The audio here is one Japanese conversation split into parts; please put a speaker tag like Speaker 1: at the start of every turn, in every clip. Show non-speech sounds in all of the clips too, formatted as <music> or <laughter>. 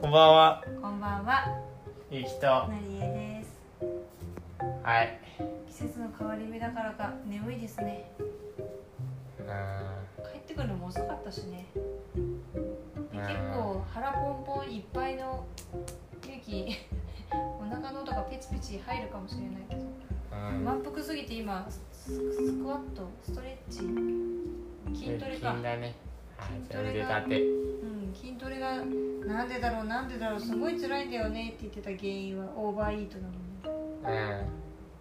Speaker 1: こんばんは。
Speaker 2: こんばんは、
Speaker 1: ゆきと。は
Speaker 2: なり
Speaker 1: い。
Speaker 2: えです。季節の変わり目だからか眠いですね。
Speaker 1: うー
Speaker 2: 帰ってくるのも遅かったしね。
Speaker 1: ん。
Speaker 2: 結構腹ポンポンいっぱいの勇気、 <laughs> お腹の音がペチペチ入るかもしれないけど、
Speaker 1: うん。
Speaker 2: 満腹すぎて今スススクワット、ストレッチ、筋トレか
Speaker 1: 筋。だね。はい。
Speaker 2: 筋
Speaker 1: そ
Speaker 2: ト
Speaker 1: れ
Speaker 2: レ
Speaker 1: で
Speaker 2: が
Speaker 1: 立て。
Speaker 2: うん、筋トレがなんでだろうなんでだろうすごい辛いんだよねって言ってた原因はオーバーイートなのに。
Speaker 1: うん。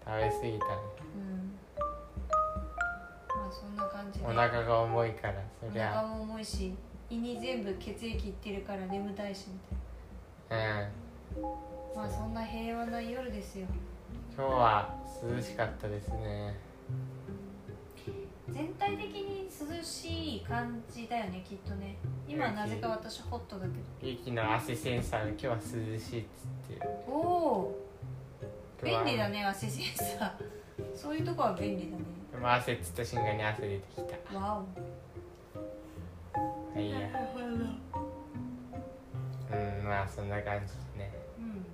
Speaker 1: 食べ過ぎたね。
Speaker 2: うん。まあそんな感じで。
Speaker 1: お腹が重いから、そ
Speaker 2: お
Speaker 1: り
Speaker 2: 腹
Speaker 1: ゃ。
Speaker 2: も重いし胃に全部血液いってるから眠たいしみ
Speaker 1: うん。
Speaker 2: たいなまあそんな平和な夜ですよ
Speaker 1: 今日は涼しかったですね。
Speaker 2: 全体的に涼しい感じだよねきっとね今はなぜか私ホットだけ
Speaker 1: ゆきの汗センサーが今日は涼しいっつって。
Speaker 2: どおお
Speaker 1: 今日
Speaker 2: 便
Speaker 1: は
Speaker 2: 利だ。ね汗センサーそういうとこは便利だね
Speaker 1: でも汗っつった瞬間に汗出てきた。
Speaker 2: わ
Speaker 1: はい
Speaker 2: お
Speaker 1: や。うん、まあそんな感じでね。
Speaker 2: うん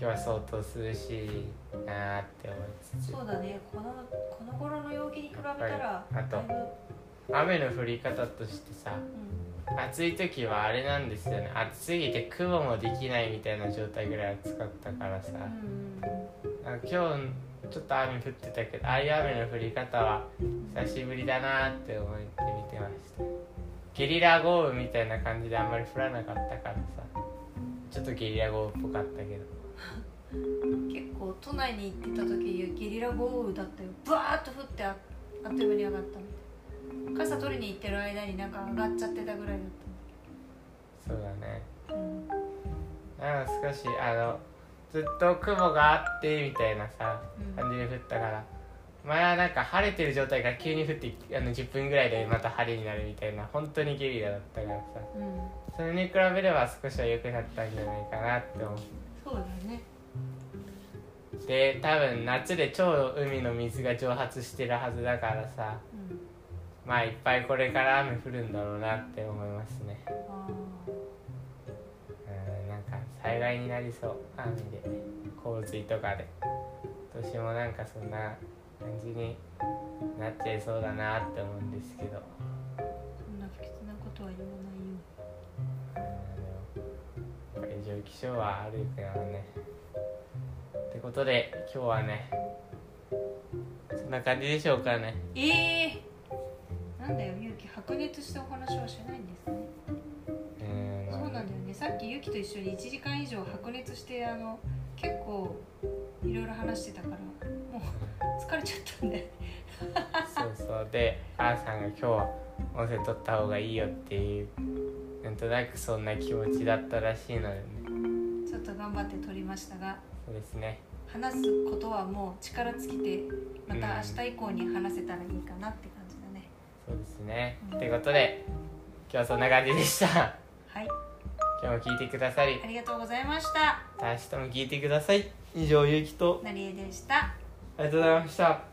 Speaker 1: 今日は相当涼しいなーって思いつつ
Speaker 2: そうだねこのこの頃の陽気に比べたら
Speaker 1: あと
Speaker 2: だいぶ
Speaker 1: 雨の降り方としてさ暑い時はあれなんですよね暑すぎて雲もできないみたいな状態ぐらい暑かったからさ
Speaker 2: うん
Speaker 1: あ今日ちょっと雨降ってたけどああいう雨の降り方は久しぶりだなーって思って見てましたゲリラ豪雨みたいな感じであんまり降らなかったからさちょっとゲリラ豪雨っぽかったけど
Speaker 2: うんうん結構都内に行ってた時ゲリラ豪雨だったよバーッと降ってああっという間に上がったみたいな傘取りに行ってる間になんか上がっちゃってたぐらいだっ
Speaker 1: そうだね
Speaker 2: たうん
Speaker 1: なんか少しあのずっと雲があってみたいなさ
Speaker 2: うん
Speaker 1: 感じで降ったから前はなんか晴れてる状態から急に降ってあの10分ぐらいでまた晴れになるみたいな本当にゲリラだったからさ
Speaker 2: うん
Speaker 1: それに比べれば少しは良くなったんじゃないかなって思
Speaker 2: そうだね
Speaker 1: って多分夏で超海の水が蒸発してるはずだからさ
Speaker 2: うん
Speaker 1: まあいっぱいこれから雨降るんだろうなって思いますね
Speaker 2: あ
Speaker 1: うんなんか災害になりそう雨で洪水とかで今年もなんかそんな感じになっちゃいそうだなって思うんですけど
Speaker 2: ーそんな不吉なことは言わないよ
Speaker 1: うんでもやっぱ異常気象はあるからねってことで今日はねそんな感じでしょうかね
Speaker 2: ええー、なんだよゆうき白熱したお話はしないんですね
Speaker 1: うん
Speaker 2: そうなんだ
Speaker 1: ま
Speaker 2: よねさっきゆきと一緒に1時間以上白熱してあの結構いろいろ話してたからもう疲れちゃったんで
Speaker 1: あそうそうであーさんが今日は音声取った方がいいよっていうなんとなくそんな気持ちだったらしいのよね
Speaker 2: ちょっと頑張って撮りましたが
Speaker 1: そうですね
Speaker 2: 話すことはもう力尽きてまた明日以降に話せたらいいかなって感じだね
Speaker 1: そうですね。
Speaker 2: うん
Speaker 1: ってことで今日はそんな感じでした。
Speaker 2: はい
Speaker 1: 今日も聞いてくださり
Speaker 2: ありがとうございました
Speaker 1: 明日も聞いてください。以上ゆうきと
Speaker 2: なりえでした
Speaker 1: ありがとうございました。